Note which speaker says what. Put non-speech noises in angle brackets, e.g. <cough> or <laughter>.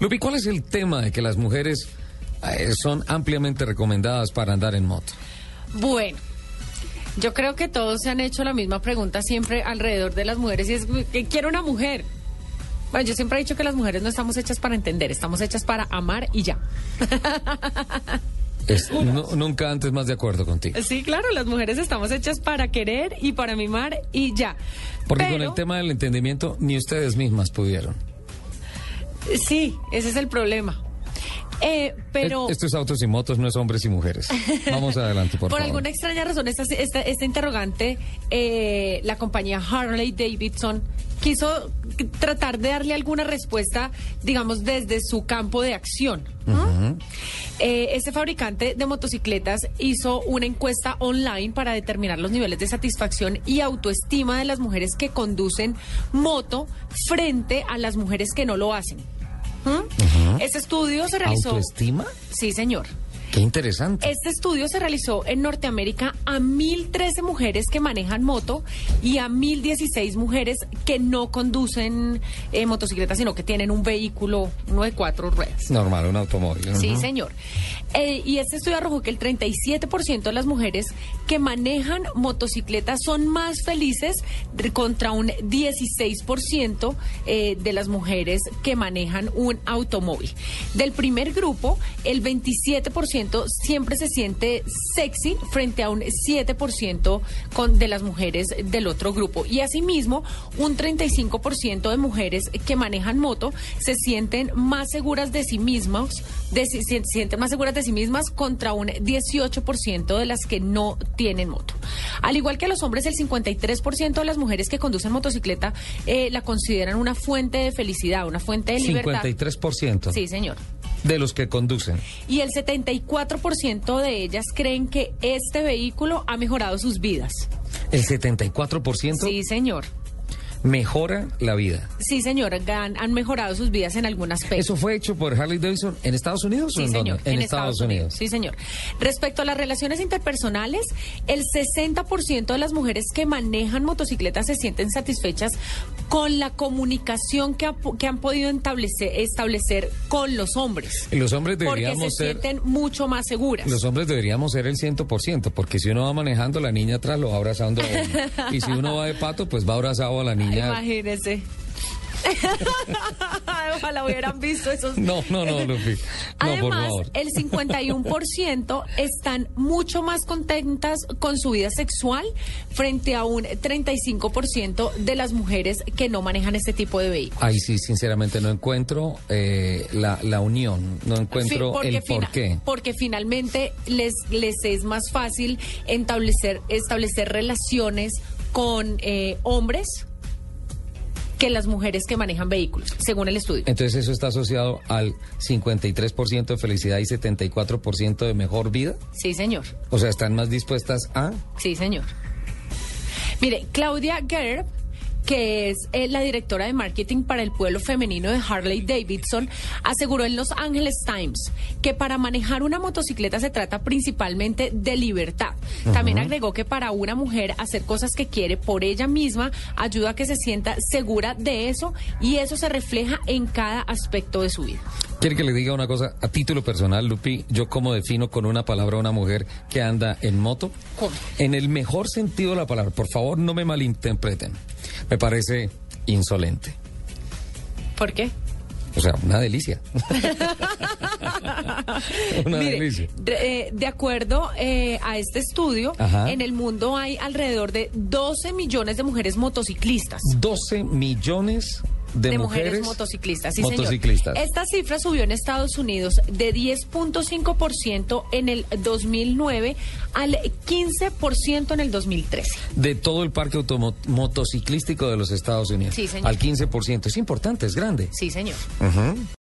Speaker 1: Lupi, ¿cuál es el tema de que las mujeres eh, son ampliamente recomendadas para andar en moto?
Speaker 2: Bueno. Yo creo que todos se han hecho la misma pregunta siempre alrededor de las mujeres y es, ¿qué quiere una mujer? Bueno, yo siempre he dicho que las mujeres no estamos hechas para entender, estamos hechas para amar y ya.
Speaker 1: Es- no- nunca antes más de acuerdo contigo.
Speaker 2: Sí, claro, las mujeres estamos hechas para querer y para mimar y ya.
Speaker 1: Porque con
Speaker 2: Pero-
Speaker 1: el tema del entendimiento ni ustedes mismas pudieron.
Speaker 2: Sí, ese es el problema. Eh, pero
Speaker 1: E- Esto es autos y motos, no es hombres y
Speaker 2: <laughs>
Speaker 1: mujeres. Vamos adelante, por,
Speaker 2: por
Speaker 1: favor.
Speaker 2: alguna extraña razón, esta, esta- esta interrogante, eh, la compañía Harley Davidson quiso tratar de darle alguna respuesta, digamos, desde su campo de acción. ¿no? Eh, este fabricante de motocicletas hizo una encuesta online para determinar los niveles de satisfacción y autoestima de las mujeres que conducen moto frente a las mujeres que no lo hacen. ¿Mm? Este estudio se realizó.
Speaker 1: ¿Autoestima?
Speaker 2: Sí, señor.
Speaker 1: Qué interesante.
Speaker 2: Este estudio se realizó en Norteamérica a 1.013 mujeres que manejan moto y a 1.016 mujeres que no conducen eh, motocicletas, sino que tienen un vehículo, uno de cuatro ruedas.
Speaker 1: Normal, un automóvil. ¿no?
Speaker 2: Sí, señor. Eh, y este estudio arrojó que el 37% de las mujeres que manejan motocicletas son más felices de- contra un 16% eh, de las mujeres que manejan un automóvil. Del primer grupo, el 27% siempre se siente sexy frente a un 7% con, de las mujeres del otro grupo. Y asimismo, un 35% de mujeres que manejan moto se sienten más seguras de sí mismas, de si- se sienten más seguras de sí mismas contra un 18% de las que no tienen moto. Al igual que los hombres, el 53% de las mujeres que conducen motocicleta eh, la consideran una fuente de felicidad, una fuente de libertad.
Speaker 1: 53%
Speaker 2: Sí, señor
Speaker 1: de los que conducen.
Speaker 2: y el 74% de ellas creen que este vehículo ha mejorado sus vidas.
Speaker 1: El 74%
Speaker 2: Sí, señor.
Speaker 1: mejora la vida.
Speaker 2: Sí, señor. Han, han mejorado sus vidas en algún aspecto.
Speaker 1: ¿Eso fue hecho por Harley Davidson en Estados Unidos o
Speaker 2: Sí,
Speaker 1: en
Speaker 2: señor.
Speaker 1: dónde? Estados, Unidos.
Speaker 2: Sí, señor. Respecto a las relaciones interpersonales, el 60% de las mujeres que manejan motocicletas se sienten satisfechas con la comunicación que, ha- que han podido establecer, establecer con los hombres.
Speaker 1: Y Los hombres
Speaker 2: Porque se
Speaker 1: deberíamos ser
Speaker 2: sienten mucho más seguras.
Speaker 1: los hombres deberíamos ser el 100%, porque si uno va manejando, la niña atrás lo va abrazando. a uno.
Speaker 2: <laughs>
Speaker 1: Y si uno va de pato, pues va abrazado a la niña.
Speaker 2: Imagínense. <laughs> Ojalá hubieran visto esos.
Speaker 1: No, no, no, Lupi. No, por
Speaker 2: Además,
Speaker 1: favor. <laughs>
Speaker 2: el 51% están mucho más contentas con su vida sexual frente a un 35% de las mujeres que no manejan este tipo de vehículos.
Speaker 1: Ahí sí, sinceramente, no encuentro eh, la, la unión, no encuentro
Speaker 2: Fi- porque
Speaker 1: el
Speaker 2: fina-
Speaker 1: por qué.
Speaker 2: Porque finalmente les, les es más fácil establecer, establecer relaciones con eh, hombres que las mujeres que manejan vehículos, según el estudio.
Speaker 1: Entonces eso está asociado al 53% de felicidad y 74% de mejor vida.
Speaker 2: Sí, señor.
Speaker 1: O sea, están más dispuestas a...
Speaker 2: Sí, señor. Mire, Claudia Gerb, que es eh, la directora de marketing para el pueblo femenino de Harley Davidson, aseguró en Los Angeles Times que para manejar una motocicleta se trata principalmente de libertad. También agregó que para una mujer hacer cosas que quiere por ella misma ayuda a que se sienta segura de eso y eso se refleja en cada aspecto de su vida.
Speaker 1: Quiere que le diga una cosa a título personal, Lupi. Yo cómo defino con una palabra a una mujer que anda en moto.
Speaker 2: ¿Cómo?
Speaker 1: En el mejor sentido de la palabra. Por favor, no me malinterpreten. Me parece insolente.
Speaker 2: ¿Por qué?
Speaker 1: O sea, una delicia. <laughs> una
Speaker 2: Mire,
Speaker 1: delicia.
Speaker 2: de, eh, de acuerdo eh, a este estudio,
Speaker 1: Ajá.
Speaker 2: en el mundo hay alrededor de 12 millones de mujeres motociclistas.
Speaker 1: 12 millones de,
Speaker 2: motociclistas, sí,
Speaker 1: motociclistas.
Speaker 2: señor. Esta cifra subió en Estados Unidos de 10.5% en el 2009 al 15% en el 2013.
Speaker 1: de todo el parque automo- motociclístico de los Estados Unidos.
Speaker 2: Sí, señor.
Speaker 1: Al 15%. Es importante, es grande.
Speaker 2: Sí, señor.